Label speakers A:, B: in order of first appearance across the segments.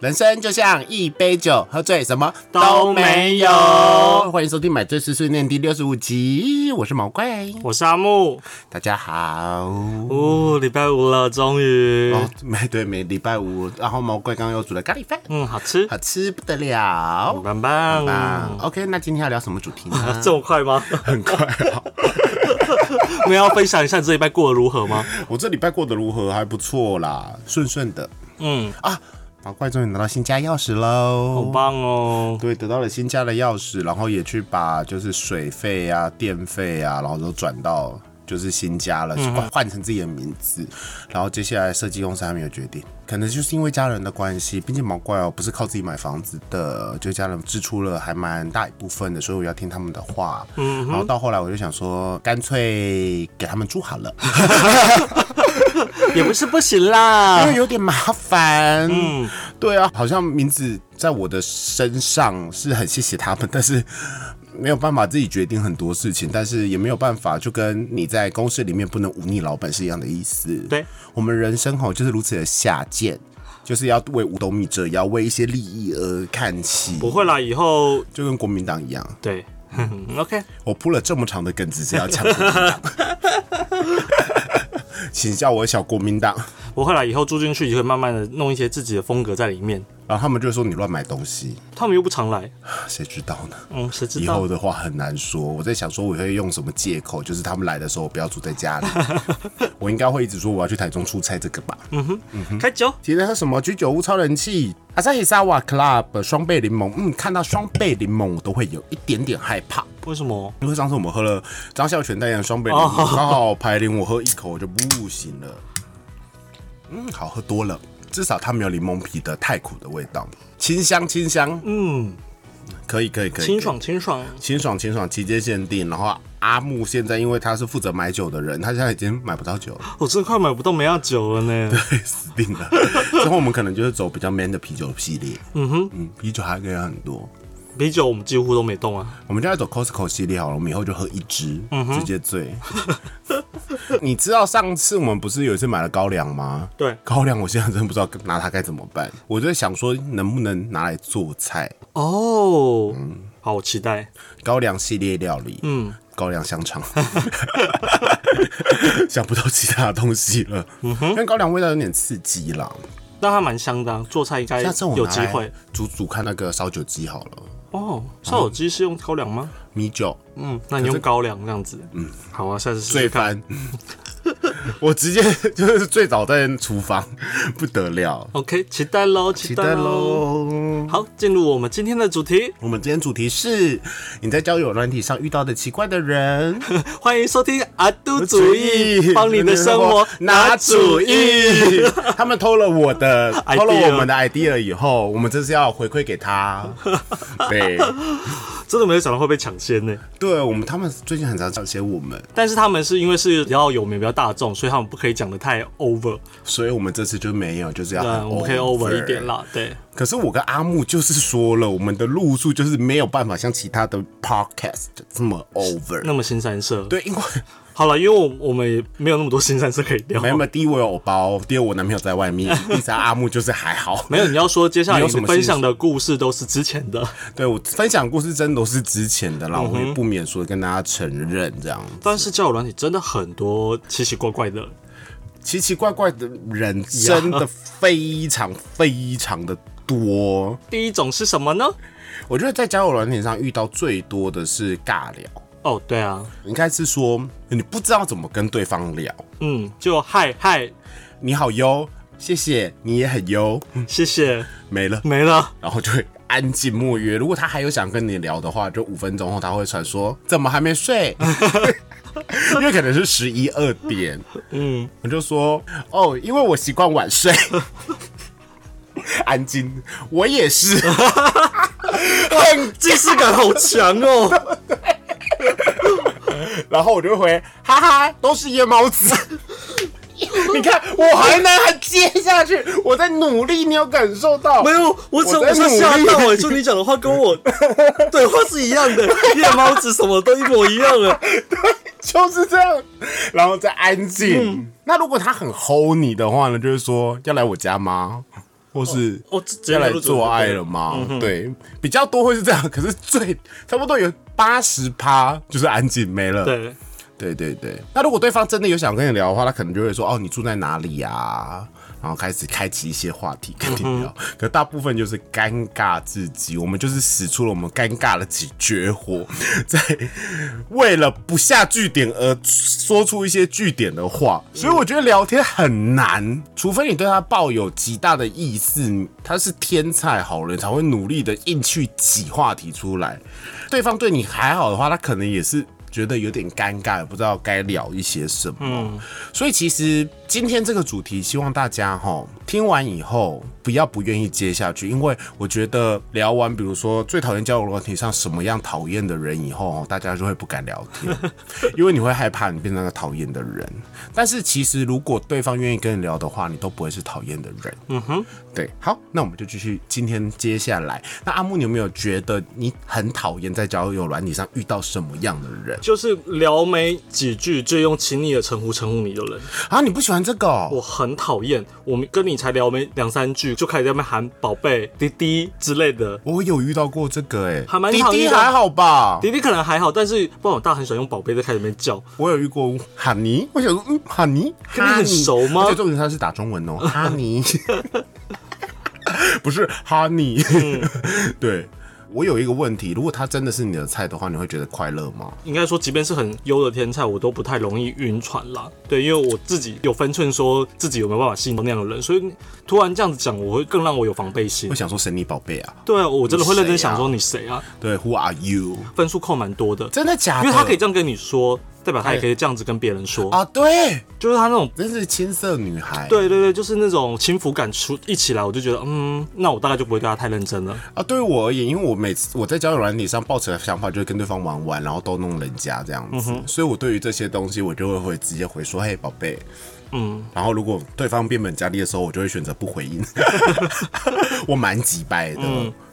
A: 人生就像一杯酒，喝醉什么
B: 都没有。
A: 欢迎收听《买醉碎碎念》第六十五集，我是毛怪，
B: 我是阿木。
A: 大家好。
B: 哦，礼拜五了，终于。
A: 哦，每对每礼拜五，然后毛怪刚刚又煮了咖喱饭，
B: 嗯，好吃，
A: 好吃不得了。
B: 棒棒。
A: 啊，OK，那今天要聊什么主题呢？
B: 这么快吗？
A: 很快啊、
B: 没有要分享一下这礼拜过得如何吗？
A: 我这礼拜过得如何？还不错啦，顺顺的。
B: 嗯，
A: 啊，毛怪终于拿到新家钥匙喽！
B: 好棒哦。
A: 对，得到了新家的钥匙，然后也去把就是水费啊、电费啊，然后都转到就是新家了，换换成自己的名字。然后接下来设计公司还没有决定，可能就是因为家人的关系，毕竟毛怪哦不是靠自己买房子的，就家人支出了还蛮大一部分的，所以我要听他们的话。嗯，然后到后来我就想说，干脆给他们住好了。
B: 也不是不行
A: 因
B: 啦
A: 为。有点麻烦。嗯，对啊，好像名字在我的身上是很谢谢他们，但是没有办法自己决定很多事情，但是也没有办法，就跟你在公司里面不能忤逆老板是一样的意思。
B: 对，
A: 我们人生吼就是如此的下贱。就是要为五斗米折腰，为一些利益而看齐，
B: 不会啦，以后
A: 就跟国民党一样。
B: 对。OK，
A: 我铺了这么长的梗，只是要讲国民党， 请叫我小国民党。
B: 不会啦，以后住进去也会慢慢的弄一些自己的风格在里面。
A: 然后他们就说你乱买东西，
B: 他们又不常来，
A: 谁知道呢？
B: 嗯，谁知
A: 以
B: 道
A: 后？的话很难说。我在想说我会用什么借口，就是他们来的时候我不要住在 家里，我应该会一直说我要去台中出差这个吧。
B: 开酒，
A: 今天喝什么？居酒屋超人气，阿萨伊萨瓦 Club 双倍柠檬。嗯，看到双倍柠檬我都会有一点点害怕。
B: 为什么？
A: 因为上次我们喝了张孝全代言的双倍柠檬，
B: 哦
A: 刚好排零，我喝一口我就不行了。嗯，好喝多了，至少它没有柠檬皮的太苦的味道，清香清香，
B: 嗯，
A: 可以可以可以，
B: 清爽清爽，
A: 清爽清爽期间限定，然后阿木现在因为他是负责买酒的人，他现在已经买不到酒 了，
B: 我真的快买不到梅亚酒了呢。
A: 死定了。之后我们可能就是走比较 man 的啤酒系列，嗯哼，嗯，啤酒还可以很多。
B: 啤酒我们几乎都没动啊。
A: 我们就要走 Costco 系列好了，我们以后就喝一支，直接醉。 你知道上次我们不是有一次买了高粱吗？
B: 对
A: 高粱我现在真不知道拿它该怎么办，我就在想说能不能拿来做菜，
B: 哦，好，我期待。
A: 高粱系列料理，嗯，高粱香肠， 想不到其他东西了，
B: 嗯
A: 因为高粱味道有点刺激啦。
B: 那它蛮香的啊、做菜应该
A: 下次我
B: 有
A: 拿
B: 机
A: 来
B: 会
A: 煮煮看那个烧酒鸡好了，
B: 哦。烧酒鸡是用高粱吗？
A: 米酒
B: 嗯，那你用高粱这样子。嗯，好啊，下次试
A: 醉
B: 试看。
A: 翻。 我直接就是最早在厨房，不得了，
B: OK，期待喽，
A: 期
B: 期
A: 待
B: 待喽。
A: 喽！
B: 好，进入我们今天的主题，
A: 我们今天主题是你在交友软体上遇到的奇怪的人，
B: 欢迎收听阿杜主义，帮你的生活 拿主意。。
A: 他们偷了我 的，
B: Idea
A: 偷了我们的 idea 以后，我们这是要回馈给 他。对，
B: 真的没有想到会被抢先呢，
A: 对我们他们最近很常讲些我们，
B: 但是他们是因为是比较有名、比较大众，所以他们不可以讲的太 over，
A: 所以我们这次就没有，就是要
B: 对，
A: 很
B: 我们可以啊 over 一点。啦，对。
A: 可是我跟阿木就是说了，我们的路数就是没有办法像其他的 podcast 这 么 over。
B: 那么新三色，
A: 对，因为
B: 好了，因为我我们也没有那么多新三色可以聊
A: 没。有没有，第一我有偶包，第二我男朋友在外面，第三阿木就是还好。
B: 没有，你要说接下
A: 你
B: 来
A: 有
B: 你
A: 什么
B: 分享的故事都是之前 的，
A: 对我分享故事真的都是之前的啦，我也不免说跟大家承认这样。
B: 但是交友软体真的很多奇奇怪怪的，
A: 奇奇怪怪的人真的 非常非常的多。
B: 第一种是什么呢？
A: 我觉得在交友软件上遇到最多的是尬聊，
B: 哦，对啊，
A: 应该是说你不知道怎么跟对方聊。
B: 嗯，就嗨嗨，
A: 你好哟，谢谢，你也很优，
B: 谢谢，
A: 没了，
B: 没了。
A: 然后就会安静默约。如果他还有想跟你聊的话，就五分钟后他会传说怎么还没睡，因为可能是十一二点。
B: 嗯，
A: 我就说哦，因为我习惯晚睡。安静，我也是，很
B: 既视感好强 哦，
A: 然后我就回哈哈，都是夜猫子。你看，我还能还接下去，我在努力，你有感受到
B: 没？有，我只
A: 我在
B: 我是
A: 努力
B: 吓到我说你讲的话跟 我对话是一样的，夜猫子什么都一模一样 啊了。
A: 就是这样，然后再安静。那如果他很齁你的话呢，就是说要来我家吗？或是
B: 哦直接
A: 要来
B: 入主
A: 做
B: 题
A: 爱了吗？对，比较多会是这样，可是最差不多有八十趴就是安静没了。
B: 对，
A: 对对对，那如果对方真的有想跟你聊的话，他可能就会说哦，你住在哪里呀、然后开始开启一些话题跟你聊，可大部分就是尴尬至极。我们就是使出了我们尴尬的几绝活，在为了不下据点而说出一些据点的话，所以我觉得聊天很难，除非你对他抱有极大的意思，他是天才好人，才会努力的硬去挤话题出来。对方对你还好的话，他可能也是觉得有点尴尬，也不知道该聊一些什么。所以其实今天这个主题，希望大家哈听完以后不要不愿意接下去，因为我觉得聊完，比如说最讨厌交友软体上什么样讨厌的人以后，大家就会不敢聊天，因为你会害怕你变成那个讨厌的人。但是其实如果对方愿意跟你聊的话，你都不会是讨厌的人。嗯哼，对。好，那我们就继续今天接下来。那阿木，你有没有觉得你很讨厌在交友软体上遇到什么样的人
B: 就是聊没几句就用亲昵的称呼称呼你的人，
A: 啊？你不喜欢这个、哦？
B: 我很讨厌。我们跟你才聊没两三句，就开始在那边喊宝贝、滴滴之类的。
A: 我有遇到过这个哎、
B: 还蛮
A: 滴
B: 讨
A: 滴
B: 厌的
A: 还好吧？
B: 滴滴可能还好，但是不然我大很喜欢用宝贝在开始里面叫，
A: 我有遇过哈尼，我想说嗯哈尼，
B: 跟你很
A: 哈尼
B: 熟吗
A: 而且重点是他是打中 文哦，哈尼，不是哈尼，
B: 嗯
A: 对。我有一个问题，如果他真的是你的菜的话，你会觉得快乐吗？
B: 应该说即便是很优的天菜，我都不太容易晕船啦。对，因为我自己有分寸，说自己有没有办法吸引到那样的人，所以突然这样子讲，我会更让我有防备心
A: 会。想说神力宝贝啊，
B: 对啊，我真的会认真想说
A: 你
B: 你谁啊，
A: 对，Who are you？
B: 分数扣蛮多的，
A: 真的假
B: 因
A: 的？
B: 为他可以这样跟啊哎你说，代表他也可以这样子跟别人说，
A: 啊，对，
B: 就是他那种
A: 真是青涩女孩。
B: 对对对，就是那种轻浮感出一起来，我就觉得，嗯，那我大概就不会对他太认真了。
A: 啊，对于我而言，因为我每次我在交友软体上抱持的想法就是跟对方玩玩，然后逗弄人家这样子，所以我对于这些东西，我就会会直接回说：“嘿，宝贝。”嗯，然后如果对方变本加厉的时候，我就会选择不回应。我蛮急掰的，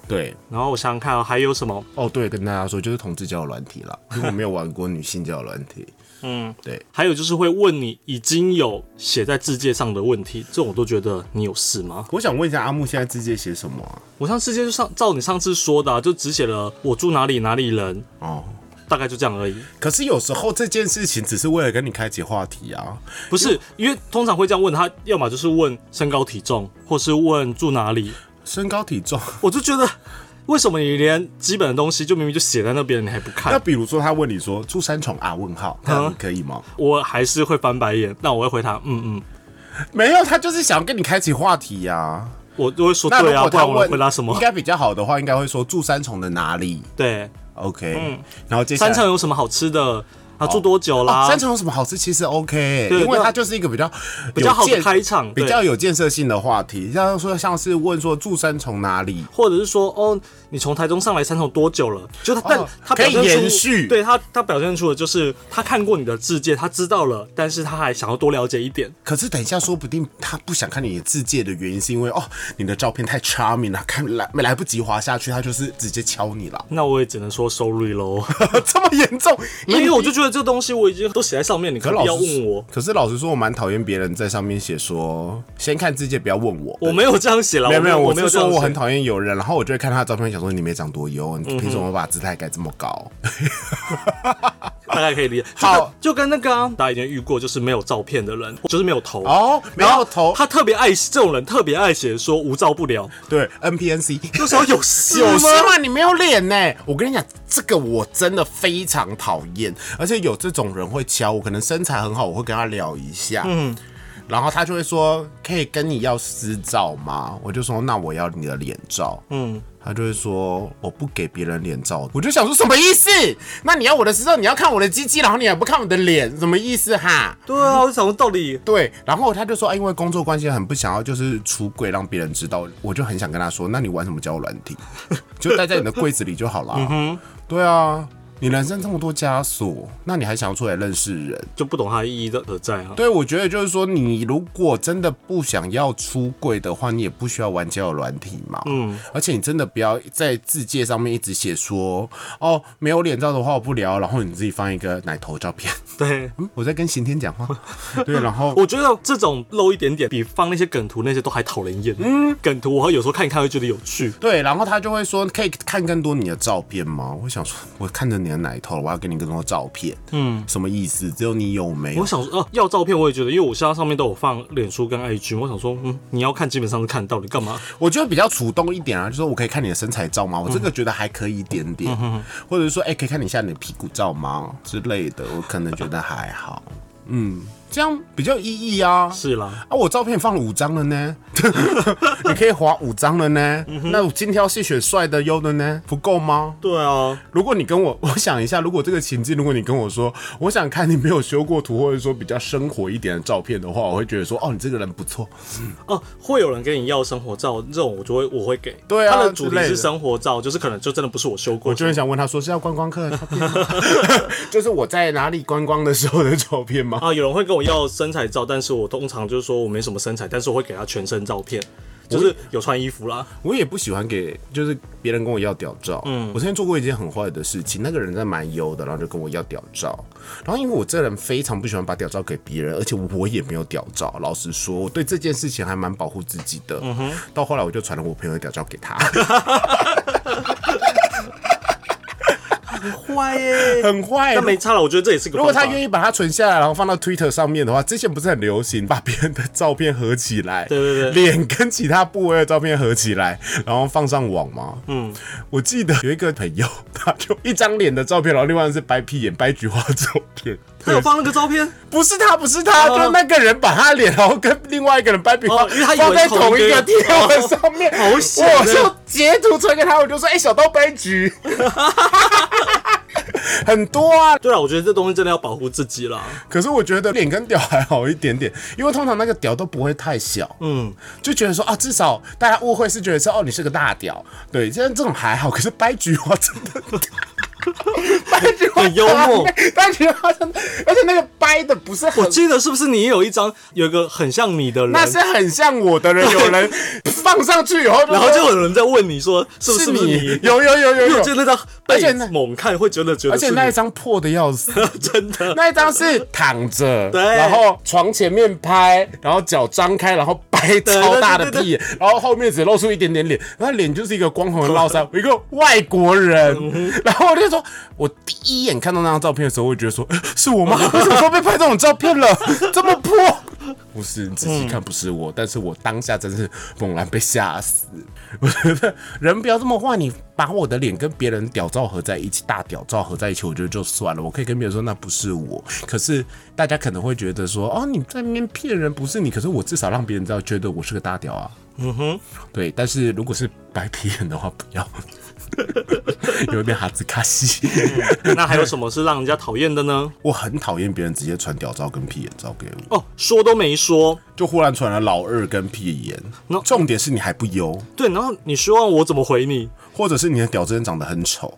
A: 对，
B: 然后我想想看、啊，还有什么？
A: 哦对，跟大家说，就是同志交友软体啦，因为我没有玩过女性交友软体。嗯，对，
B: 还有就是会问你已经有写在字界上的问题，这种我都觉得你有事吗？
A: 我想问一下阿木现在字界写什么啊？
B: 我上次界就上照你上次说的、啊，就只写了我住哪里哪里人，
A: 哦，
B: 大概就这样而已。
A: 可是有时候这件事情只是为了跟你开启话题啊。
B: 不是，因为通常会这样问他，要么就是问身高体重，或是问住哪里。
A: 身高体重，
B: 我就觉得，为什么你连基本的东西就明明就写在那边，你还不看
A: 那？比如说，他问你说“住三重啊？”问号，那你可以吗？
B: 我还是会翻白眼，那我会回他，嗯嗯。
A: 没有，他就是想跟你开启话题呀、
B: 我就会说
A: 那如
B: 对啊，
A: 果
B: 不
A: 他
B: 然我
A: 问
B: 能回答什
A: 应
B: 么？
A: 该比较好的话，应该会说“住三重的哪里
B: 对，”。
A: OK，然后接下
B: 嗯三
A: 来
B: 城有什么好吃的？啊，住多久啦？
A: 哦三重有什么好吃？其实 OK，
B: 对
A: 因为
B: 那
A: 它就是一个比较
B: 比较好的
A: 有建
B: 开场对
A: 比较有建设性的话题。像说像是问说住三重哪里，
B: 或者是说，哦，你从台中上来三重多久了？就他，但他
A: 哦可
B: 表
A: 以
B: 现出，
A: 延续
B: 对他，他表现出的就是他看过你的字界，他知道了，但是他还想要多了解一点。
A: 可是等一下，说不定他不想看你的字界的原因，是因为哦，你的照片太 charming 了，看来来不及滑下去，他就是直接敲你了，
B: 那我也只能说 sorry 喽，
A: 这么严重？
B: 因为我就觉得这东西我已经都写在上面，你
A: 可
B: 可不
A: 老
B: 要
A: 实
B: 问我，
A: 可是老实说，我蛮讨厌别人在上面写说“先看字界，不要问我”。
B: 我没有这样写了，
A: 没有没有，
B: 我
A: 我
B: 没有
A: 是
B: 这
A: 说
B: 样
A: 我很
B: 写。嗯
A: 讨厌有人，然后我就会看他的照片，想说你没长多优，你凭什么把姿态改这么 高？
B: 大概可以理解。就
A: 好
B: 跟就跟那个啊，大家已经遇过，就是没有照片的人，就是没有头
A: 哦，没
B: 然后
A: 有头，
B: 他特别爱这种人特别爱写说无照不 了，
A: 对 NPNC。
B: 就时候有事
A: 有事
B: 吗？
A: 吗？你没有脸呢、我跟你讲，这个我真的非常讨厌，而且有这种人会敲我，可能身材很好，我会跟他聊一下，嗯，然后他就会说可以跟你要私照吗？我就说那我要你的脸照，嗯，他就会说我不给别人脸照，我就想说什么意思？那你要我的私照，你要看我的鸡鸡，然后你还不看我的脸，什么意思哈？
B: 对啊，我就想说到底
A: 对，然后他就说，啊因为工作关系很不想要就是出柜让别人知道，我就 嗯很想跟他说，那你玩什么交友软体，就待在你的柜子里就好了。对啊，你人生这么多枷锁，那你还想要出来认识人？
B: 就不懂它的意义的何在啊。
A: 对，我觉得就是说，你如果真的不想要出柜的话，你也不需要玩交友软体嘛。嗯，而且你真的不要在字界上面一直写说，哦，没有脸照的话我不聊，然后你自己放一个奶头照片。
B: 对，
A: 嗯，我在跟刑天讲话。对，然后
B: 我觉得这种露一点点，比放那些梗图那些都还讨人厌。嗯，梗图我有时候看一看会觉得有趣。
A: 对，然后他就会说，可以看更多你的照片吗？我想说，我看着你的奶头，我要给你更多照片。嗯，什么意思？只有你有没有
B: 我？想说，呃，要照片我也觉得，因为我现在上面都有放脸书跟 IG，我想说，嗯，你要看基本上是看到你干嘛？
A: 我觉得比较主动一点啊，就说我可以看你的身材照吗？我这个觉得还可以一点点，或者是说，哎、可以看你一下你的屁股照吗之类的，我可能觉得还好，嗯，这样比较有意义啊。
B: 是啦，
A: 啊，我照片放了五张了呢， 你可以划五张了呢。那我精挑细选帅的、优的呢，不够吗？
B: 对啊，
A: 如果你跟我， 我想一下，如果这个情境，如果你跟我说，我想看你没有修过图，或者说比较生活一点的照片的话，我会觉得说，哦，你这个人不错。
B: 哦，会有人给你要生活照，这种我就会我会给。
A: 对啊
B: 他的主
A: 之
B: 题
A: 类的
B: 是生活照，就是可能就真的不是我修过
A: 我就
B: 的，
A: 很想问他说是要观光客的照片吗？ 就是我在哪里观光的时候的照片吗？
B: 啊，有人会跟我要身材照，但是我通常就是说我没什么身材，但是我会给他全身照片，就是有穿衣服啦。
A: 我也不喜欢给，就是别人跟我要屌照。嗯，我之前做过一件很坏的事情，那个人在蛮优的，然后就跟我要屌照。然后因为我这人非常不喜欢把屌照给别人，而且我也没有屌照。老实说，我对这件事情还蛮保护自己的。嗯哼，到后来我就传了我朋友的屌照给他，
B: 坏耶、
A: 很 坏。
B: 但没差了，我觉得这也是个
A: 如果
B: 方法。
A: 他愿意把它存下来，然后放到 Twitter 上面的话，之前不是很流行把别人的照片合起来，
B: 对对对
A: 脸跟其他部位的照片合起来，然后放上网吗？嗯，我记得有一个朋友，他就一张脸的照片，然后另外是掰屁眼、掰菊花照片。
B: 他有放那个照片，
A: 不是他，不是他，
B: 哦
A: 就那个人把他脸，然后跟另外一个人掰比花，
B: 哦因为他以为
A: 放在
B: 同
A: 同一
B: 一
A: 个
B: 个
A: 贴文上面。
B: 好险啊
A: 我就截图传给他，我就说：“哎、小刀掰菊。” 很多啊，
B: 对啊，我觉得这东西真的要保护自己啦。
A: 可是我觉得脸跟屌还好一点点，因为通常那个屌都不会太小，嗯，就觉得说啊，至少大家误会是觉得说哦，你是个大屌，对，现在这种还好。可是掰菊花真的， 掰菊花
B: 很幽默，
A: 掰菊花真的，而且那个掰的不是很
B: 我，记得是不是你也有一张有一个很像你的人，
A: 那是很像我的人，有人放上去以后，
B: 然后就有人在问你说是不
A: 是
B: 是不是你？
A: 你，有有有有
B: 因为我
A: 有
B: 记，得那张
A: 而且
B: 被
A: 那
B: 猛看会觉得觉得
A: 而且
B: 是
A: 那一
B: 你
A: 张破的要死。
B: 真 的
A: 那一张是躺着，
B: 对
A: 然后床前面拍，然后脚张开，然后掰超大的
B: 对对对
A: 屁，然后后面只露出一点点脸，然后脸就是一个光头的络
B: 嗯
A: 腮，一个外国人。然后我就说，我第一眼看到那张照片的时候，我就觉得说，呃是我吗？为什么被拍这种照片了？这么破？不是，你仔细看不是我，但是我当下真是猛然被吓死。我觉得人不要这么坏，你把我的脸跟别人屌照合在一起，大屌照合在一起，我觉得就算了，我可以跟别人说那不是我。可是大家可能会觉得说，哦，你在那边骗人不是你，可是我至少让别人知道，觉得我是个大屌啊。嗯哼，对。但是如果是白皮眼的话，不要， 有点哈兹卡西。
B: 那还有什么是让人家讨厌的呢？
A: 我很讨厌别人直接传屌照跟屁眼照给我，
B: 哦，说都没说，
A: 就忽然传了老二跟屁眼
B: 那。
A: 重点是你还不优。
B: 对，然后你希望我怎么回你？
A: 或者是你的屌真的长得很丑。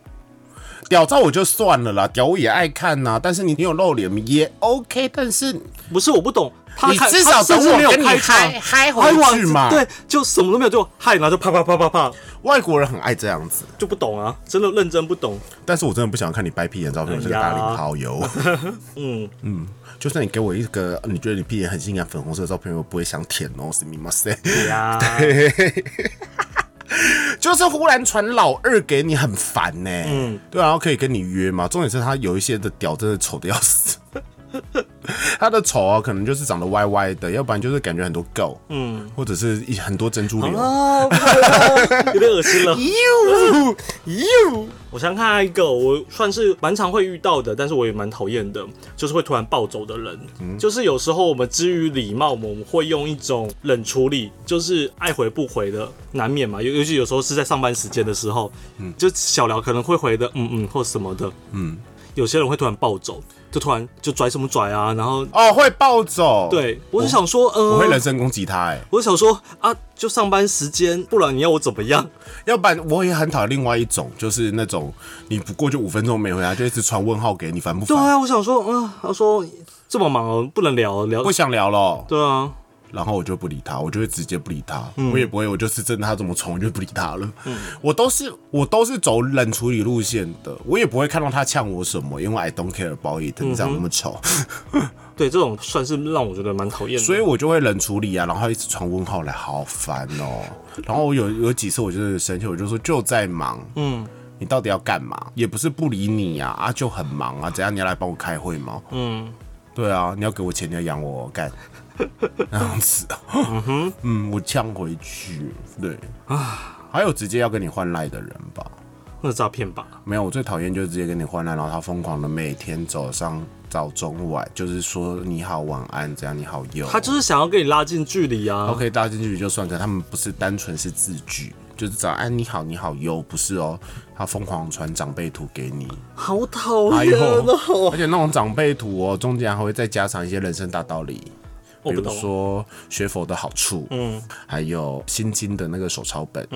A: 屌照我就算了啦，屌我也爱看呐、但是你你有露脸也 OK，但是
B: 不是我不懂，他
A: 你
B: 开
A: 至少
B: 他甚
A: 等
B: 至
A: 我
B: 没有
A: 跟你
B: 开场
A: 嗨嗨回
B: 嗨完
A: 去嘛
B: 对，就什么都没有，就嗨，然后就啪啪啪啪啪，
A: 外国人很爱这样子。
B: 就不懂啊，真的认真不懂。
A: 但是我真的不想看你白屁眼照片，我是个
B: 哎呀
A: 大龄好友。 嗯嗯，就算你给我一个你觉得你屁眼很性感粉红色的照片，我不会想舔哦，是密码塞。
B: 对呀，
A: 就是忽然传老二给你很烦呢、嗯，对啊，然后可以跟你约嘛。重点是他有一些的屌真的丑的要死， 他的丑啊，可能就是长得歪歪的，要不然就是感觉很多垢，嗯，或者是一很多珍珠瘤。
B: 啊，不懂 有点恶心了。
A: 哟哟，
B: 我想看下一个，我算是蛮常会遇到的，但是我也蛮讨厌的，就是会突然暴走的人。
A: 嗯
B: 就是有时候我们基于礼貌，我们会用一种冷处理，就是爱回不回的，难免嘛。尤尤其有时候是在上班时间的时候，就小聊可能会回的嗯嗯或什么的，嗯。有些人会突然暴走，就突然就拽什么拽啊，然后
A: 哦，会暴走。，
B: 对我就想说，呃，
A: 我会人身攻击他、哎，
B: 我就想说啊，就上班时间，不然你要我怎么 样？
A: 要不然我也很讨厌另外一种，就是那种你不过就五分钟没回来，就一直传问号给你，烦不
B: 对
A: 烦？
B: 啊，我想说，嗯、他说这么忙哦，不能聊聊
A: 不。想聊了，
B: 对啊，
A: 然后我就不理他，我就会直接不理他，我也不会，我就是真的他怎么宠我就不理他了。我都是我都是走冷处理路线的，我也不会看到他呛我什么，因为 I don't care about it，你长那么丑，
B: 对，这种算是让我觉得蛮讨厌的。
A: 所以我就会冷处理啊，然后一直传问号来，好烦哦、然后我有有几次我就是生气，我就说就在忙，嗯。你到底要干嘛？也不是不理你啊，啊就很忙啊，怎样？你要来帮我开会吗？嗯，对啊，你要给我钱，你要养我 干，那样子。嗯嗯，我呛回去。对啊，还有直接要跟你换赖的人吧？
B: 那诈骗吧，
A: 没有，我最讨厌就是直接跟你换赖，然后他疯狂的每天早上、早中晚，就是说你好、晚安，怎样？你好哟，
B: 他就是想要跟你拉近距离啊。
A: OK，大家近距离就算，可他们不是单纯是字句，就是早安你好你好哟，不是哦，他疯狂传长辈图给你，
B: 好讨
A: 哎
B: 厌
A: 呦，
B: 哦！
A: 而且那种长辈图哦，中间还会再加上一些人生大道理。比
B: 我不
A: 如
B: 懂
A: 说学佛的好处，嗯，还有心经的那个手抄本，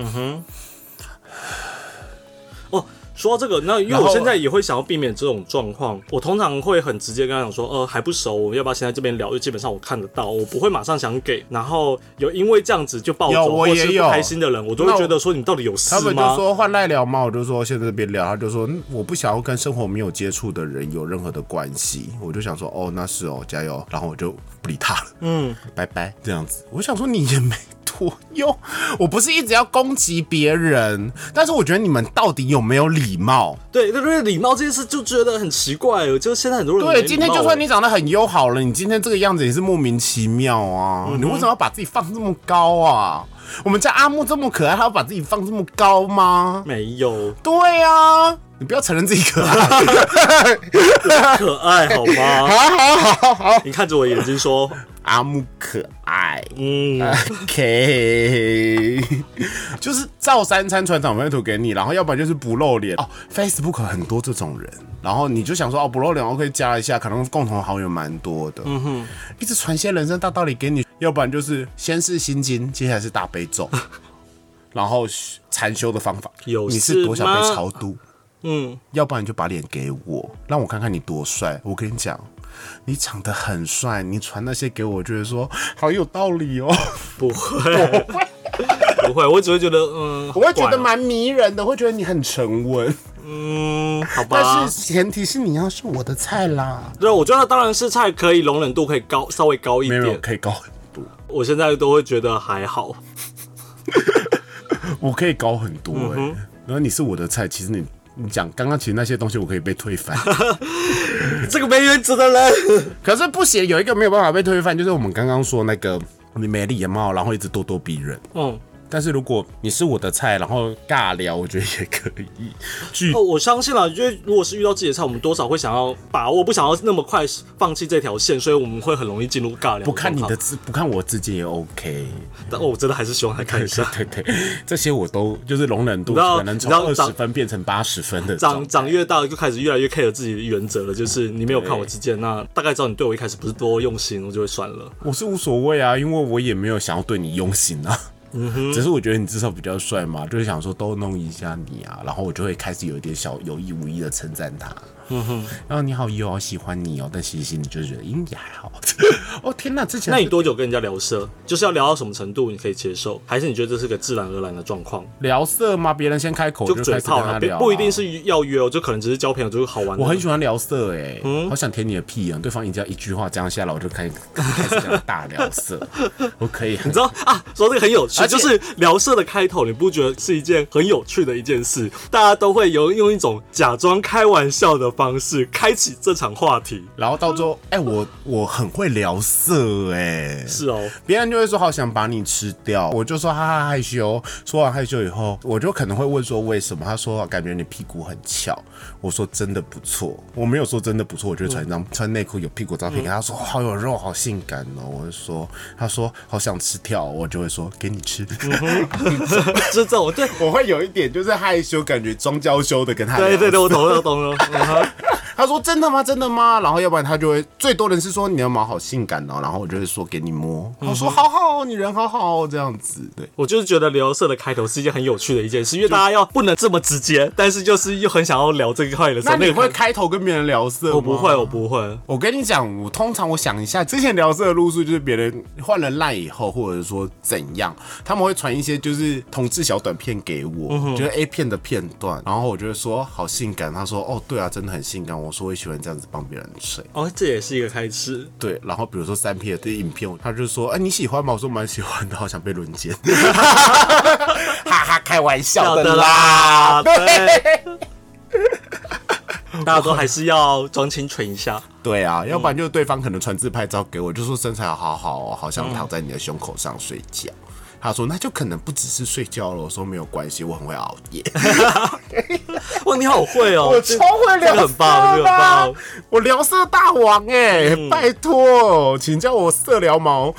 B: 哦，说到这个，那因为
A: 然
B: 我
A: 后
B: 现在也会想要避免这种状况，我通常会很直接跟他讲说，呃，还不熟，我们要不要先在这边聊？就基本上我看得到，我不会马上想给。然后有因为这样子就暴
A: 有
B: 走
A: 我
B: 或
A: 也
B: 是不
A: 有
B: 开心的人，我都会
A: 那我
B: 觉得说你到底有事
A: 他们就
B: 吗？
A: 说换赖聊嘛，我就说现在这边聊，他就说、嗯我不想要跟生活没有接触的人有任何的关系，我就想说哦那是哦加油，然后我就不理他了，嗯，拜拜这样子，我想说你也没多用，我不是一直要攻击别人，但是我觉得你们到底有没有礼貌？
B: 对对对，礼貌这件事就觉得很奇怪哦，就是现在很多人没
A: 对，
B: 礼
A: 今天
B: 貌
A: 就算
B: 欸
A: 你长得很优好了，你今天这个样子也是莫名其妙啊！你为什么要把自己放这么高啊？我们家阿木这么可爱，他要把自己放这么高吗？
B: 没有
A: 对呀、啊，你不要承认自己可 爱。
B: 可爱好
A: 好
B: 吗？
A: 好好好，
B: 你看着我眼睛说，
A: 阿木可爱。
B: 嗯，
A: 哎 OK，就是照三餐传长辈图给你，然后要不然就是不露脸哦。Facebook 很多这种人，然后你就想说哦不露脸，OK 加一下，可能共同好友蛮多的。嗯哼，一直传些人生大道理给你，要不然就是先是心经，接下来是大悲 咒，然后禅修的方法。
B: 有
A: 你
B: 事
A: 是多想
B: 吗
A: 被超度？嗯，要不然你就把脸给我，让我看看你多帅。我跟你讲。你长得很帅，你传那些给我，觉得说好有道理 哦。
B: 不会，不会，我只会觉得，嗯，
A: 我会觉得
B: 好怪哦，
A: 蛮迷人的，会觉得你很沉稳，
B: 嗯，好吧
A: 但。是前提是你要是我的菜啦。
B: 对，我觉得当然是菜可以容忍度可以高，稍微高一
A: 没有没有，
B: 点。
A: 可以高很多，
B: 我现在都会觉得还好，
A: 我可以高很多哎、然后你是我的菜，其实你你讲刚刚其实那些东西我可以被推 翻，
B: 这个没原则的人，
A: 可是不行，有一个没有办法被推翻，就是我们刚刚说那个你没礼貌，然后一直咄咄逼人。
B: 嗯，
A: 但是如果你是我的菜，然后尬聊，我觉得也可以。拒
B: 哦，我相信了，因为如果是遇到自己的菜，我们多少会想要把握，不想要那么快放弃这条线，所以我们会很容易进入尬聊。哦
A: 不看你的，字，不看我字迹也 OK。
B: 但哦，我真的还是希望他看一下。
A: 对对，这些我都就是容忍度
B: 你知道
A: 可能从
B: 你
A: 二
B: 知道
A: 十分变成八十分的
B: 长
A: 状
B: 长越大就开始越来越 care 自己的原则了，就是你没有看我之前，那大概知道你对我一开始不是多用心，我就会算了。
A: 我是无所谓啊，因为我也没有想要对你用心啊。
B: 嗯
A: 只是我觉得你至少比较帅嘛，就是想说都弄一下你啊，然后我就会开始有一点小有意无意的称赞他。
B: 嗯
A: 然后你好哟，好喜欢你哦，但其实心里就觉得，嗯，也还好。 哦天哪，之前
B: 那你多久跟人家聊色？就是要聊到什么程度你可以接受，还是你觉得这是个自然而然的状况？
A: 聊色吗？别人先开口我
B: 就
A: 就
B: 嘴
A: 开始跟
B: 炮
A: 他
B: 啦，
A: 聊、啊，
B: 不不一定。是要约哦，就可能只是交朋友，就是好玩的。
A: 我很喜欢聊色哎、
B: 嗯
A: 好想舔你的屁啊！对方一定要一句话这样下来，我就开 开始讲大聊色，我可以很
B: 你知道啊，说这个很有趣，
A: 而且
B: 就是聊色的开头，你不觉得是一件很有趣的一件事？大家都会有用一种假装开玩笑的方式开启这场话题。
A: 然后到最后，哎、我我很会聊色哎、
B: 是哦，
A: 别人就会说好想把你吃掉，我就说哈哈害羞。说完害羞以后，我就可能会问说为什么？他说哦感觉你屁股很翘。我说真的不错，我没有说真的不错，我就传一
B: 嗯
A: 张、穿内裤有屁股照片给他说好有肉，好性感哦。我就说，他说好想吃跳，我就会说给你吃。
B: 是这种对。
A: 我会有一点就是害羞，感觉装娇羞的跟他聊。
B: 对对对，我懂了，我懂了。嗯哼
A: 他他说真的吗？真的吗？然后要不然他就会最多人是说你的毛好性感哦，然后我就会说给你摸，
B: 嗯
A: 他说好好哦，你人好好哦这样子，对。
B: 我就是觉得聊色的开头是一件很有趣的一件事，因为大家要不能这么直接，但是就是又很想要聊这一块的时
A: 那
B: 候，那
A: 你
B: 个
A: 会
B: 开
A: 开头跟别人聊色吗？
B: 我不会，我不会。
A: 我跟你讲，我通常我想一下，之前聊色的路数就是别人换了赖以后，或者说怎样，他们会传一些就是同志小短片给我，
B: 嗯
A: 就是 A 片的片段，然后我就会说好性感，他说哦对啊，真的很性感，我说我喜欢这样子帮别人吹，
B: 哦，这也是一个开始。
A: 对，然后比如说三 P 的影片，他就说哎、你喜欢吗？我说蛮喜欢的，好想被轮 奸，哈哈，开玩笑的啦，
B: 好的 啦对，大家都还是要装清纯一下。
A: 对啊，要不然就是对方可能传自拍照给我，就说身材好好哦，好想躺在你的胸口上睡觉。他说：“那就可能不只是睡觉了。”我说：“没有关系，我很会熬夜，
B: 哇，你好会哦！这
A: 会啊
B: 这个很棒，这个很棒。
A: 我聊色大王哎、拜托，请叫我色聊毛。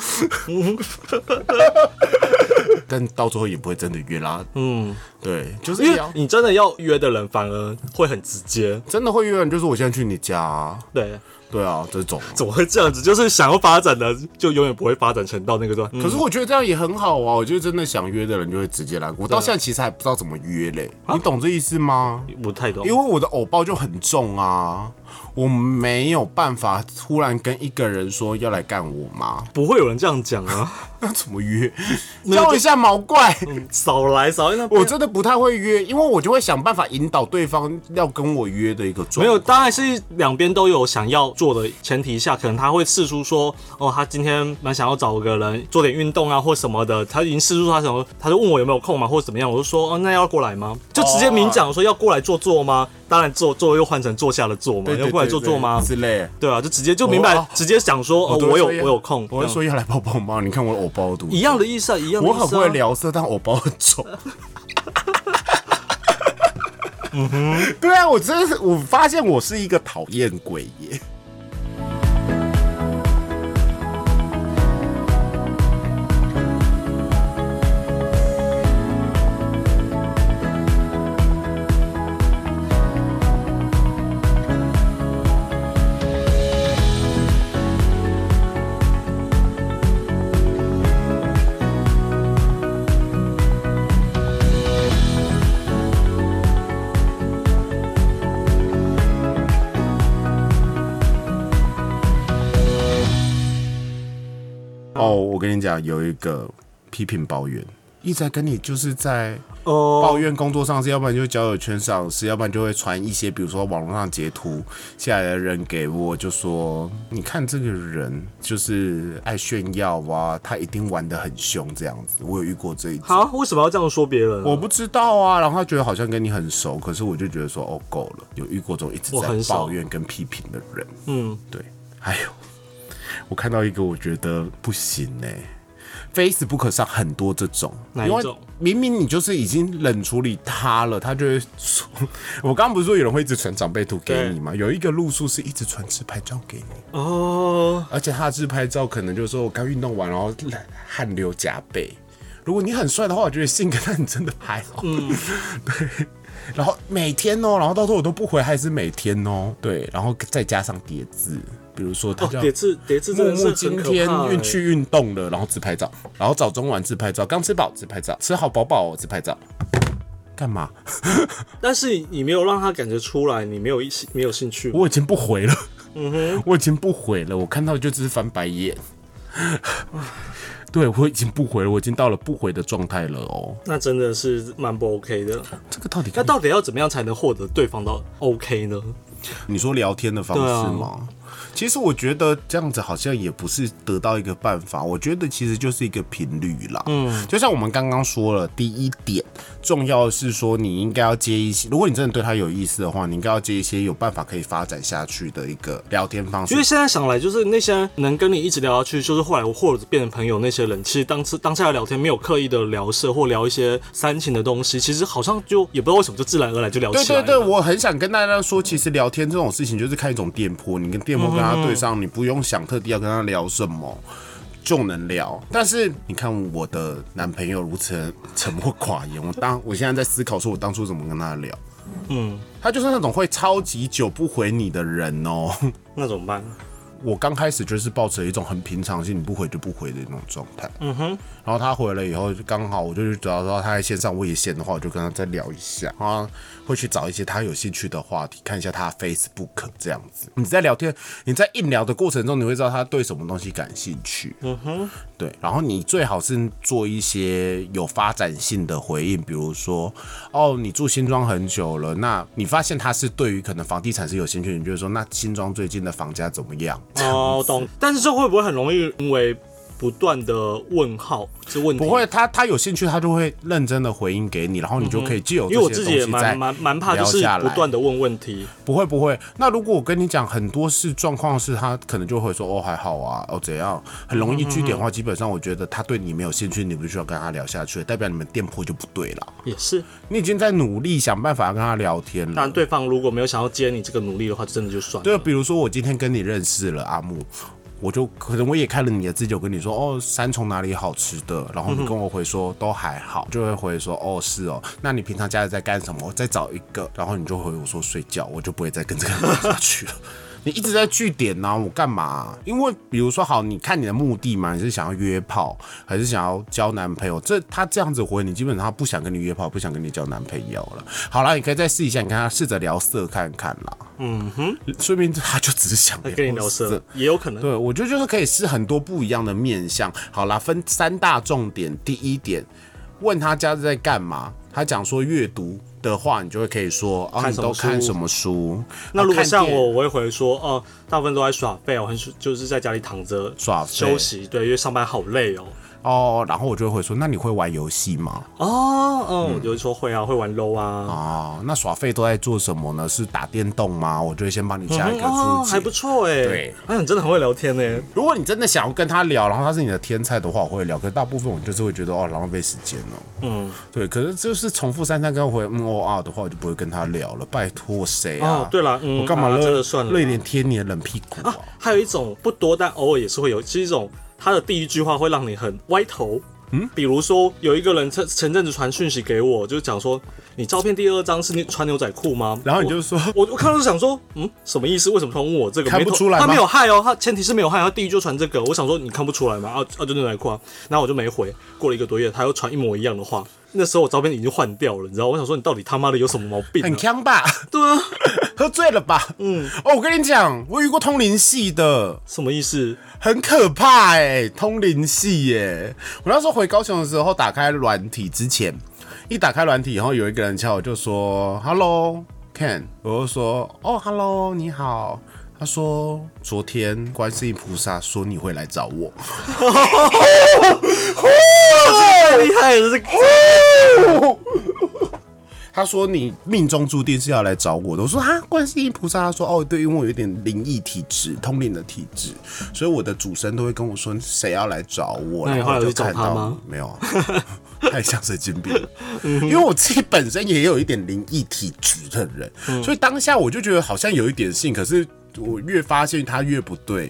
A: 但到最后也不会真的约啦。
B: 嗯，
A: 对，就是
B: 因为
A: 聊，
B: 你真的要约的人，反而会很直接。
A: 真的会约人，就是我现在去你家、啊，
B: 对，
A: 对啊，这种。
B: 怎么会这样子？就是想要发展的，就永远不会发展成到那个段。
A: 可是我觉得这样也很好啊！我觉得真的想约的人就会直接来。我到现在其实还不知道怎么约嘞，你懂这意思吗？
B: 不太懂
A: 因为，我的偶包就很重啊，我没有办法突然跟一个人说要来干我妈，
B: 不会有人这样 讲啊！
A: 那怎么约？
B: 有嗯
A: 教一下毛怪，
B: 少来少来，那
A: 我真的不太会约，因为我就会想办法引导对方要跟我约的一个状
B: 没有，当然是两边都有想要做的前提下，可能他会试出说，哦，他今天蛮想要找个人做点运动啊，或什么的。他已经试出他什么，他就问我有没有空嘛，或者怎么样。我就说，哦，那要过来吗？就直接明讲说要过来坐坐吗？当然坐坐又换成坐下的坐嘛，
A: 对对
B: 要过来坐坐吗
A: 对？之类。
B: 对啊，就直接就明白
A: 我，
B: 直接讲说，哦，
A: 都会
B: 我有我
A: 说要
B: 有空，
A: 我会
B: 这样
A: 说要来抱抱吗？你看我的偶包多
B: 一样的意思啊，一样的意
A: 我
B: 思、
A: 很
B: 啊。
A: 会聊色，但我包很 重。
B: 嗯
A: 对啊，我真的是，我发现我是一个讨厌鬼耶。
B: 嗯
A: 哦，我跟你讲，有一个批评抱怨，一直在跟你就是在
B: 哦。
A: 抱怨工作上是，要不然就交友圈上是，要不然就会传一些，比如说网络上截图下来的人给我，就说你看这个人就是爱炫耀啊，他一定玩的很凶这样子。我有遇过这一种。
B: 好，为什么要这样说别人啊、
A: 我不知道啊，然后他觉得好像跟你很熟，可是我就觉得说哦够了，有遇过这种一直
B: 我很
A: 在
B: 少
A: 抱怨跟批评的人，
B: 嗯，
A: 对，还有我看到一个我觉得不行哎、Facebook 上很多这种，
B: 哪一
A: 因为
B: 种
A: 明明你就是已经冷处理他了，他就会说， 我刚刚不是说有人会一直传长辈图给你吗？有一个路数是一直传自拍照给你，
B: 哦，
A: 而且他的自拍照可能就是说我刚运动完，然后汗流浃背。如果你很帅的话，我觉得性格那你真的还好。嗯， 对。然后每天哦，然后到时候我都不回，还是每天哦。对，然后再加上叠字，比如说他
B: 哦
A: 叫，
B: 叠字叠字真
A: 木
B: 的是
A: 木
B: 很
A: 今
B: 可
A: 天
B: 怕欸
A: 运去运动了，然后自拍照，然后早中晚自拍照，刚吃饱自拍照，吃好饱饱哦自拍照，干嘛？
B: 但是你没有让他感觉出来，你没有一起没有兴趣。
A: 我已经不回了，嗯哼，我已经不回了，我看到就只是翻白眼。对，我已经不回了，我已经到了不回的状态了哦。
B: 那真的是蛮不 OK 的。
A: 这个到底
B: 那到底要怎么样才能获得对方的 OK 呢？
A: 你说聊天的方式吗？啊其实我觉得这样子好像也不是得到一个办法，我觉得其实就是一个频率啦。嗯，就像我们刚刚说了，第一点重要的是说你应该要接一些，如果你真的对他有意思的话，你应该要接一些有办法可以发展下去的一个聊天方式
B: 因为。现在想来，就是那些能跟你一直聊下去，就是后来或者变成朋友那些人，其实当时当下的聊天没有刻意的聊色或聊一些煽情的东西，其实好像就也不知道为什么就自然而然就聊
A: 对
B: 起来
A: 对
B: 了。
A: 对，我很想跟大家说，其实聊天这种事情就是看一种电波，你跟电波跟他对上，你不用想特地要跟他聊什么。就能聊，但是你看我 的男朋友如此沉默寡言，我当我现在在思考，说我当初怎么跟他聊，
B: 嗯，
A: 他就是那种会超级久不回你的人哦。
B: 那怎么 办？
A: 我刚开始就是抱持一种很平常心，你不回就不回的那种状态。嗯哼。然后他回了以后，就刚好我就去找到他在线上，我也闲的话，我就跟他再聊一下啊，会去找一些他有兴趣的话题，看一下他 Facebook 这样子。你在聊天，你在硬聊的过程中，你会知道他对什么东西感兴趣。嗯哼。对，然后你最好是做一些有发展性的回应，比如说，哦，你住新庄很久了，那你发现他是对于可能房地产是有兴趣，你就会说，那新庄最近的房价怎么样？
B: 哦，懂。但是这会不会很容易因为不断的问号这问题？
A: 不会，，他他有兴趣，他就会认真的回应给你，然后你就可以借由
B: 嗯因为我
A: 这些
B: 自
A: 东
B: 己也
A: 西再
B: 蛮蛮蛮怕，就
A: 聊
B: 是
A: 下
B: 不
A: 来。
B: 断的问问题。
A: 不会不会。那如果我跟你讲很多事状况是他可能就会说哦还好啊，哦怎样，很容易据点的
B: 嗯
A: 话，基本上我觉得他对你没有兴趣，你不需要跟他聊下去，代表你们店铺就不对了。
B: 也是，
A: 你已经在努力想办法跟他聊天了
B: 但。对方如果没有想要接你这个努力的话，真的就算了。
A: 对，比如说我今天跟你认识了阿木，我就可能我也看了你的字，就跟你说哦，三重哪里好吃的，然后你跟我回说都还好，就会回说哦是哦，那你平常家里在干什么？我再找一个，然后你就回我说睡觉，我就不会再跟这个人聊下去了。 你一直在据点呢、我干嘛、因为比如说，好，你看你的目的嘛，你是想要约炮，还是想要交男朋友？这他这样子回你，基本上他不想跟你约炮，不想跟你交男朋友了。好啦，你可以再试一下，你跟他试着聊色看看啦。说明他就只是想
B: 那跟你聊色
A: 色
B: 也有可能。
A: 对，我觉得就是可以试很多不一样的面相。好啦，分三大重点。第一点，问他家在干嘛。他讲说阅读的话，你就会可以说啊，
B: 看
A: 你
B: 什么
A: 都看
B: 书
A: 什么书？啊
B: 那如果
A: 看
B: 像
A: 电
B: 我，我会回说，哦、大部分都在耍废，我很喜就是在家里躺着
A: 耍废
B: 休息，对，因为上班好累哦。
A: 哦，然后我就会说，那你会玩游戏吗？
B: 哦，哦，
A: 嗯
B: 我就会说会啊，会玩 low 啊，
A: 哦，那耍废都在做什么呢？是打电动吗？我就会先帮你加一
B: 嗯
A: 个
B: 哦，
A: 注解。
B: 还不错哎，
A: 对，
B: 哎，你真的很会聊天哦呢。
A: 如果你真的想要跟他聊，然后他是你的天菜的话，我会聊。可是大部分我就是会觉得哦，浪费时间哦。
B: 嗯，
A: 对，可是就是重复三三跟回嗯哦啊的话，我就不会跟他聊了。拜托谁啊？
B: 哦，对了，嗯，
A: 我干嘛
B: 啊
A: 热、
B: 真的算了啦
A: 热脸贴你的冷屁股啊？
B: 还有一种不多，但偶尔也是会有，是一种他的第一句话会让你很歪头。嗯，比如说有一个人前前阵子传讯息给我，就是讲说你照片第二张是你穿牛仔裤吗？
A: 然后你就说
B: 我我我看到就想说，嗯，什么意思？为什么突然问我这个？
A: 看不
B: 没头
A: 出来吗
B: 他没有害哦，他前提是没有害，他第一就传这个。我想说你看不出来吗？啊啊，就牛仔裤啊。然后我就没回。过了一个多月，他又传一模一样的话。那时候我照片已经换掉了，你知道？我想说你到底他妈的有什么毛病、
A: 很
B: 啊？
A: 呛吧，
B: 对啊，
A: 喝醉了吧？嗯，哦，我跟你讲，我遇过通灵系的，
B: 什么意思？
A: 很可怕哎、通灵系耶、我那时候回高雄的时候，打开软体之前，一打开软体，然后有一个人敲我，就说 “Hello Ken”，我就说“哦，Hello，你好”。他说：“昨天观世音菩萨说你会来找我。”哎
B: 太厉害了，这个
A: 他说你命中注定是要来找我的。我说啊，观世音菩萨。他说哦，对，因为我有点灵异体质，通灵的体质，所以我的主神都会跟我说谁要来找我。
B: 那你
A: 然
B: 后来
A: 我
B: 有
A: 就
B: 去找
A: 看
B: 他
A: 到
B: 吗
A: 你没有啊，太像神经病了。因为我自己本身也有一点灵异体质的人，
B: 嗯
A: 所以当下我就觉得好像有一点信，可是我越发现他越不对。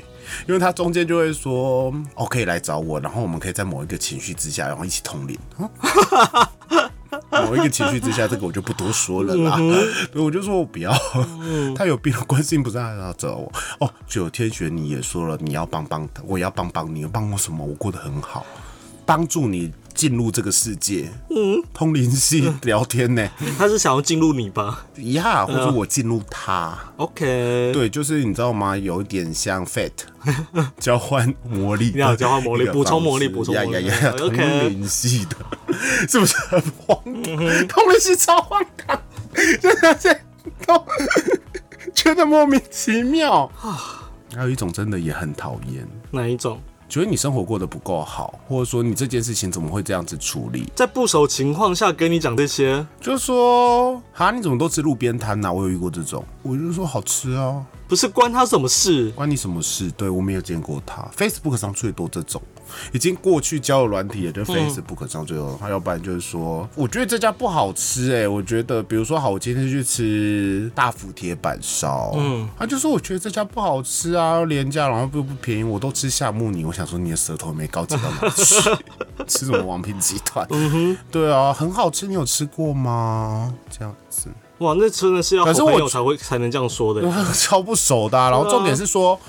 A: 因为他中间就会说，哦，可以来找我，然后我们可以在某一个情绪之下，然后一起通灵。嗯某一个情绪之下，这个我就不多说了啦。对，我就说我不要，他有病，关心不是他要找我。哦，九天玄你也说了，你要帮帮他，我也要帮帮你，帮我什么？我过得很好，帮助你进入这个世界。嗯，通灵系聊天呢、
B: 他是想要进入你吧
A: 一下或者我进入他。
B: ？OK，
A: 对，就是你知道吗？有一点像 Fate 交换魔力的一个方式，
B: 你好交换魔力补充魔力补充
A: 呀
B: 魔
A: 呀
B: 力
A: 呀呀，同
B: OK 嗯
A: 灵系 的，是不是很荒唐？同灵系超荒唐，真的是都觉得莫名其 妙。还有一种真的也很讨厌，
B: 哪一种？
A: 觉得你生活过得不够好，或者说你这件事情怎么会这样子处理？
B: 在不熟情况下跟你讲这些，
A: 就说哈，你怎么都吃路边摊呐？啊我有遇过这种，我就说好吃啊，
B: 不是关他什么事？
A: 关你什么事？对我没有见过他。Facebook 上最多这种，已经过去交友软体也就 Facebook 上最多。他、要不然就是说，我觉得这家不好吃哎、我觉得比如说好，我今天去吃大福铁板烧，嗯，他就说我觉得这家不好吃啊，廉价，然后又不便宜，我都吃夏目你。我想说你的舌头没高级到哪去，吃什么王品集团？对啊，很好吃，你有吃过吗？这样子。
B: 哇，那真的是要好
A: 可是我
B: 朋友
A: 觉
B: 才会才能这样说的耶。
A: 超不熟的、啊。然后重点是说，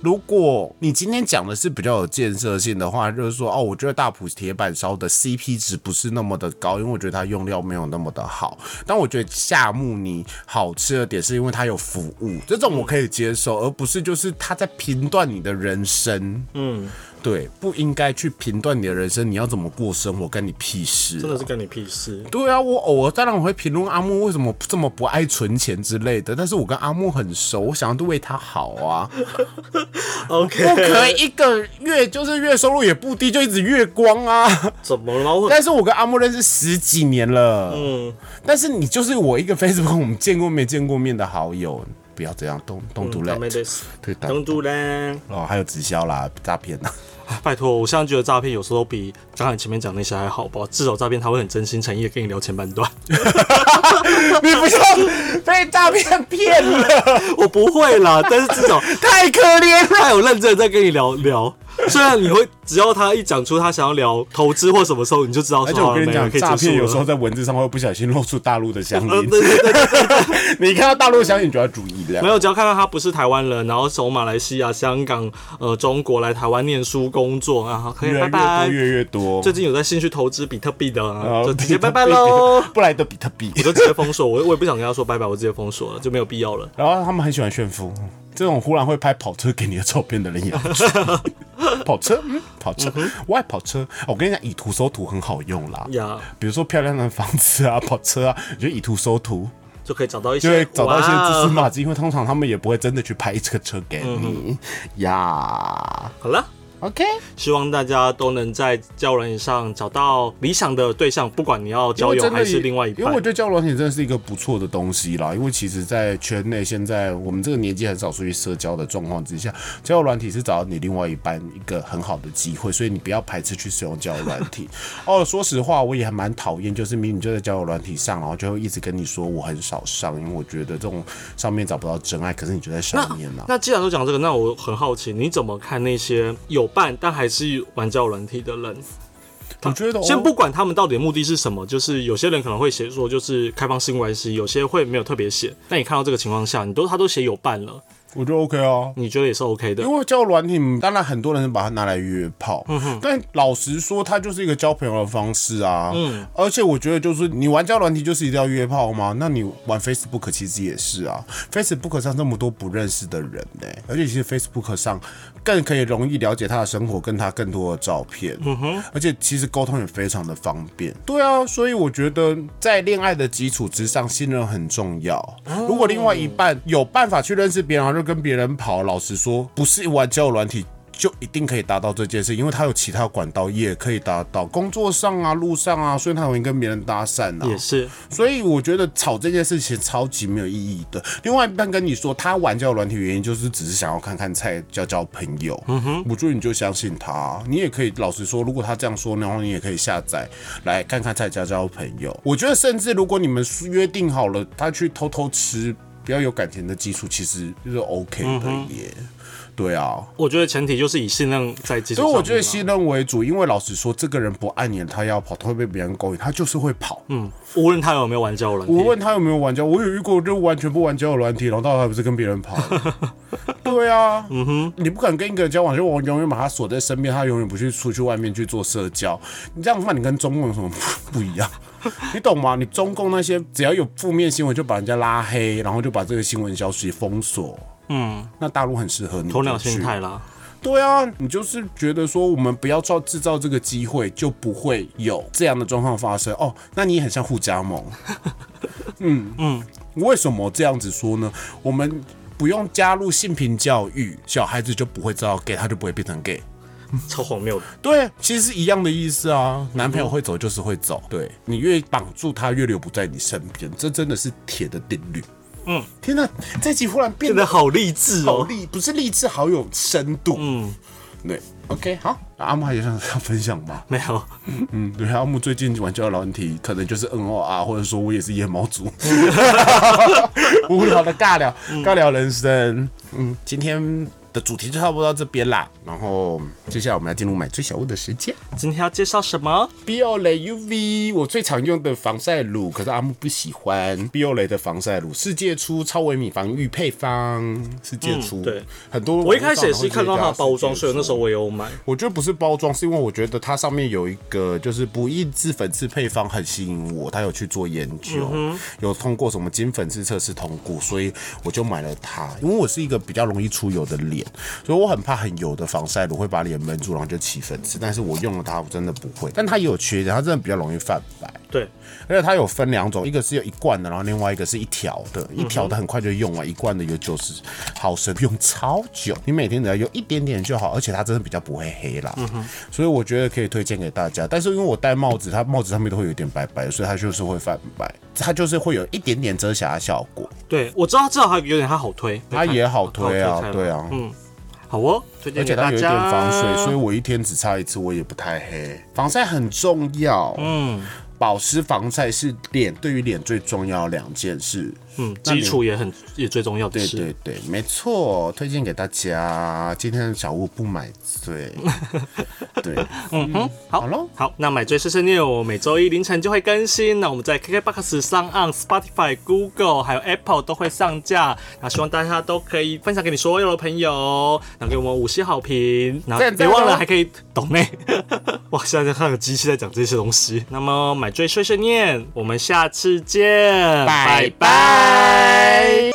A: 如果你今天讲的是比较有建设性的话，就是说哦，我觉得大埔铁板烧的 CP 值不是那么的高，因为我觉得它用料没有那么的好。但我觉得夏目你好吃的点是因为它有服务，这种我可以接受，而不是就是他在评断你的人生。嗯，对，不应该去评断你的人生，你要怎么过生活干你屁事、
B: 真的是干你屁事！
A: 对啊，我偶尔当然我会评论阿木为什么这么不爱存钱之类的，但是我跟阿木很熟，我想要都为他好啊，不
B: OK，
A: 可以一个月就是月收入也不低，就一直月光 啊。
B: 怎么了吗？我
A: 但是我跟阿木认识十几年了，嗯，但是你就是我一个 Facebook 我们见过没见过面的好友，不要这样动动毒了
B: 倒，霉的死，
A: 对，打
B: 当都嘞！
A: 哦，还有直销啦，诈骗 啦，
B: 拜托，我现在觉得诈骗有时候比刚才前面讲那些还好吧，至少诈骗他会很真心诚意的跟你聊前半段。
A: 你不要被诈骗骗了，
B: 我不会啦，但是至少
A: 太可怜了。
B: 他有认真的在跟你聊聊。虽然你会，只要他一讲出他想要聊投资或什么时候，你就知道
A: 而
B: 说
A: 且哎我
B: 好了
A: 跟你
B: 哦没
A: 讲，
B: 可以
A: 诈
B: 结
A: 骗
B: 束
A: 有时候
B: 了。
A: 在文字上会不小心露出大陆 的乡
B: 呃，
A: 音，
B: 对对对，
A: 你看到大陆乡音你就要注意
B: 没
A: 了。
B: 有，只要看到他不是台湾人，然后从马来西亚、香港、呃中国来台湾念书、工作啊，好可以
A: 越
B: 拜
A: 来越多，
B: 拜。
A: 越来越多。
B: 最近有在兴趣投资比特币的啊，
A: 呃
B: 就直接
A: 比特
B: 拜
A: 币
B: 拜喽。
A: 布莱德比特币。
B: 我就直接封锁，我我也不想跟他说拜拜，我直接封锁了，就没有必要了。
A: 然后他们很喜欢炫富，这种忽然会拍跑车给你的照片的人也 很跑车，嗯，跑车，我爱跑车。哦我跟你讲，以图搜图很好用啦。
B: 呀、
A: 比如说漂亮的房子啊， 跑车啊，我觉得以图搜图
B: 就可以找到一些，
A: 就会找到一些蛛丝
B: 哇哦
A: 马迹，因为通常他们也不会真的去拍一车车给
B: 嗯
A: 你呀。
B: 好了。
A: OK，
B: 希望大家都能在交友软件上找到理想的对象，不管你要
A: 因
B: 交
A: 为
B: 友
A: 真的
B: 还是另外一
A: 因为我
B: 半
A: 觉。得交友软体真的是一个不错的东西啦，因为其实，在圈内现在我们这个年纪很少出去社交的状况之下，交友软体是找到你另外一半一个很好的机会，所以你不要排斥去使用交友软体。哦，说实话，我也还蛮讨厌，就是明明就在交友软体上，然后就会一直跟你说我很少上，因为我觉得这种上面找不到真爱，可是你就在上面啊啦。
B: 那既然都讲这个，那我很好奇，你怎么看那些有伴但还是玩交友软体的人？
A: 我觉得
B: 先
A: 哦
B: 不管他们到底的目的是什么，就是有些人可能会写说就是开放性关系，有些会没有特别写。那你看到这个情况下，你都他都写有伴了，
A: 我觉得 OK 啊。
B: 你觉得也是 OK 的
A: 因？为交友软体，当然很多人把它拿来约炮，但老实说，它就是一个交朋友的方式啊。嗯，而且我觉得就是你玩交友软体就是一定要约炮吗？那你玩 Facebook 其实也是啊，Facebook 上这么多不认识的人呢、而且其实 Facebook 上更可以容易了解他的生活，跟他更多的照片。嗯哼，而且其实沟通也非常的方便。对啊，所以我觉得在恋爱的基础之上，信任很重要。如果另外一半有办法去认识别人，然后就跟别人跑，老实说，不是玩交友软体。就一定可以达到这件事，因为他有其他管道也可以达到，工作上啊、路上啊，所以他容易跟别人搭讪啊。
B: 也是，
A: 所以我觉得吵这件事情超级没有意义的。另外一半跟你说他玩交友软体原因就是只是想要看看菜、交交朋友，嗯哼，我觉得你就相信他，你也可以老实说，如果他这样说，然后你也可以下载来看看菜、交交朋友。我觉得甚至如果你们约定好了，他去偷偷吃，不要有感情的基础，其实就是 OK 的耶。对啊，
B: 我觉得前提就是以信任在基础
A: 所
B: 上
A: 以
B: 面啦。
A: 我觉得信任为主，因为老实说，这个人不爱你，他要跑，他会被别人勾引，他就是会跑。
B: 嗯无论他有没有玩交友软体，
A: 我问他有没有玩交友，我有遇过就完全不玩交友软体，然后到后来不是跟别人 跑。对啊，嗯哼，你不敢跟一个人交往，就我永远把他锁在身边，他永远不去出去外面去做社交。你这样的话，你跟中共有什么不不一样？ 你懂吗？你中共那些只要有负面新闻就把人家拉黑，然后就把这个新闻消息封锁。嗯，那大陆很适合你
B: 鸵鸟
A: 就去
B: 心态啦。
A: 对啊，你就是觉得说我们不要造制造这个机会，就不会有这样的状况发生哦。那你也很像互加 盟，嗯嗯，为什么这样子说呢？我们不用加入性平教育，小孩子就不会知道 gay，他就不会变成 gay。
B: 超荒谬的。
A: 对，啊其实是一样的意思啊。男朋友会走就是会走，对你越绑住他，越留不在你身边，这真的是铁的定律。嗯，天哪，这集忽然变
B: 变
A: 得
B: 得好励志
A: 好
B: 哦！
A: 励，不是励志，好有深度。嗯，对，OK，好，阿木还有想要分享吗？
B: 没有，
A: 嗯，对，阿木最近玩交友软体，可能就是 N O R，或者说我也是夜猫族，无聊的尬聊，尬聊人生。嗯，今天的主题就差不多到这边啦。然后接下来我们要进入买最小物的时间。
B: 今天要介绍什么？
A: Biolay UV，我最常用的防晒乳，可是阿木不喜欢 Biolay 的防晒乳，世界初超微米防御配方，世界初、
B: 嗯对，
A: 很多。
B: 我一开始也是看到它的包装，所以那时候
A: 我
B: 我也有买。
A: 我觉得不是包装，是因为我觉得它上面有一个就是不抑制粉刺配方很吸引我，它有去做研究，有通过什么金粉刺测试通过，所以我就买了它。因为我是一个比较容易出油的脸，所以我很怕很油的防晒乳会把脸闷住，然后就起粉刺。但是我用了它，我真的不会。但它也有缺点，它真的比较容易泛白。
B: 对，
A: 而且它有分两种，一个是有一罐的，然后另外一个是一条的，一条的很快就用完，一罐的有九十毫升，用超久，你每天只要用一点点就好，而且它真的比较不会黑啦，所以我觉得可以推荐给大家。但是因为我戴帽子，它帽子上面都会有点白白的，所以它就是会泛白，它就是会有一点点遮瑕的效果，
B: 对，我知道，至少它有点它好推，
A: 它也好推啊
B: 好推，
A: 对嗯啊，
B: 嗯，好哦，推荐
A: 而
B: 给
A: 且它
B: 大
A: 有一点
B: 家。
A: 防水，所以我一天只擦一次，我也不太黑。防晒很重要，
B: 嗯
A: 保湿防晒是脸对于脸最重要的两件事。
B: 嗯，
A: 那你
B: 基础也很也最重要的
A: 对
B: 是，
A: 对对，没错，推荐给大家。今天的小物不买醉，对，
B: 嗯哼，好
A: 好喽。
B: 好，那买醉碎碎念，我每周一凌晨就会更新。那我们在 KKBox 上、on Spotify、Google 还有 Apple 都会上架。那希望大家都可以分享给你所有的朋友，然后给我们五星好评。然后
A: 赞
B: 别
A: 赞
B: 忘
A: 哦
B: 了还可以抖内。 哇，现在在看个机器在讲这些东西。那么买醉碎碎念，我们下次见，
A: 拜拜